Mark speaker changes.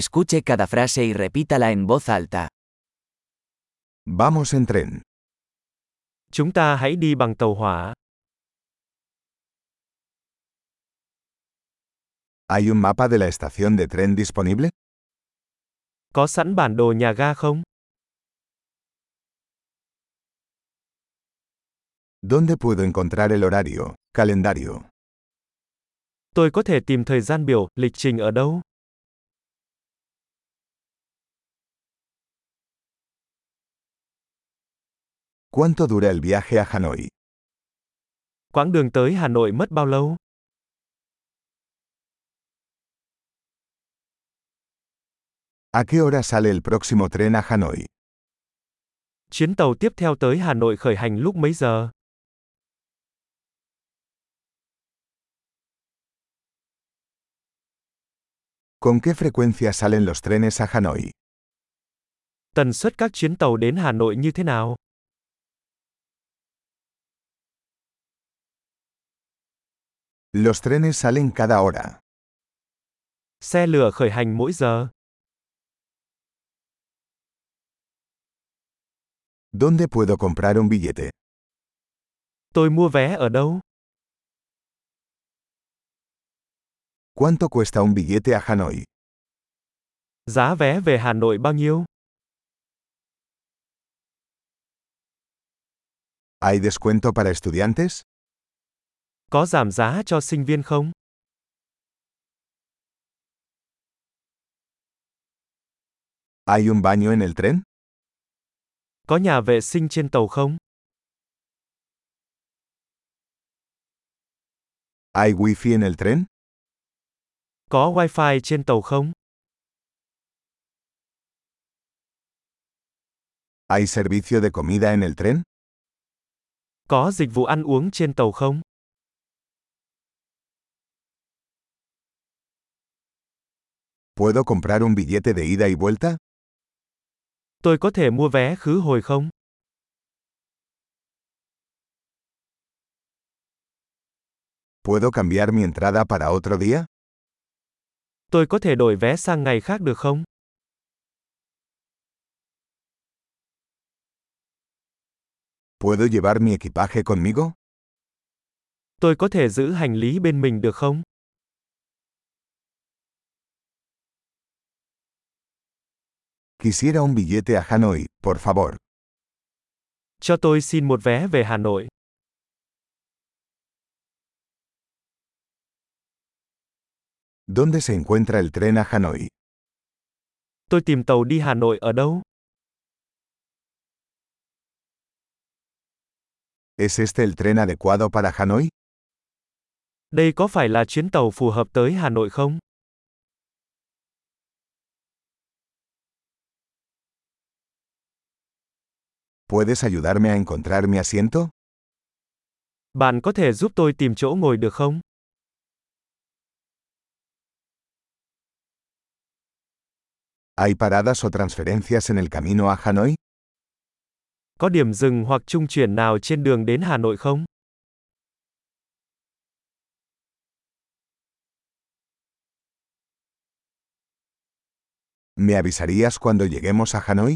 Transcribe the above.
Speaker 1: Escuche cada frase y repítala en voz alta.
Speaker 2: Vamos en tren.
Speaker 3: Chúng ta hãy đi bằng tàu hỏa.
Speaker 2: ¿Hay un mapa de la estación de tren disponible?
Speaker 3: Có sẵn bản đồ nhà ga không?
Speaker 2: ¿Dónde puedo encontrar el horario, calendario?
Speaker 3: Tôi có thể tìm thời gian biểu, lịch trình ở đâu?
Speaker 2: ¿Cuánto dura el viaje a Hanoi?
Speaker 3: Quãng đường tới Hà Nội mất bao lâu?
Speaker 2: ¿A qué hora sale el próximo tren a Hanoi?
Speaker 3: Chuyến tàu tiếp theo tới Hà Nội khởi hành lúc mấy giờ?
Speaker 2: ¿Con qué frecuencia salen los trenes a Hanoi?
Speaker 3: Tần suất các chuyến tàu đến Hà Nội như thế nào?
Speaker 2: Los trenes salen cada hora.
Speaker 3: Xe lửa khởi hành mỗi giờ.
Speaker 2: ¿Dónde puedo comprar un billete?
Speaker 3: Tôi mua vé ở đâu?
Speaker 2: ¿Cuánto cuesta un billete a Hanoi?
Speaker 3: Giá vé về Hà Nội bao nhiêu?
Speaker 2: ¿Hay descuento para estudiantes?
Speaker 3: Có giảm giá cho sinh viên không?
Speaker 2: ¿Hay un baño en el tren?
Speaker 3: Có nhà vệ sinh trên tàu không?
Speaker 2: ¿Hay wifi en el tren?
Speaker 3: Có wifi trên tàu không?
Speaker 2: ¿Hay servicio de comida en el tren?
Speaker 3: Có dịch vụ ăn uống trên tàu không?
Speaker 2: ¿Puedo comprar un billete de ida y vuelta?
Speaker 3: Tôi có thể mua vé khứ hồi không?
Speaker 2: ¿Puedo cambiar mi entrada para otro día?
Speaker 3: Tôi có thể đổi vé sang ngày khác được không?
Speaker 2: ¿Puedo llevar mi equipaje conmigo?
Speaker 3: Tôi có thể giữ hành lý bên mình được không?
Speaker 2: Quisiera un billete a Hanoi, por favor.
Speaker 3: Cho tôi xin một vé về Hà Nội.
Speaker 2: ¿Dónde se encuentra el tren a Hanoi?
Speaker 3: Tôi tìm tàu đi Hà Nội ở đâu?
Speaker 2: ¿Es este el tren adecuado para Hanoi?
Speaker 3: Đây có phải là chuyến tàu phù hợp tới Hà Nội không?
Speaker 2: ¿Puedes ayudarme a encontrar mi asiento?
Speaker 3: Bạn có thể giúp tôi tìm chỗ ngồi được không?
Speaker 2: ¿Hay paradas o transferencias en el camino a Hanoi?
Speaker 3: Có điểm dừng hoặc trung chuyển nào trên đường đến Hà Nội không?
Speaker 2: ¿Me avisarías cuando lleguemos a Hanoi?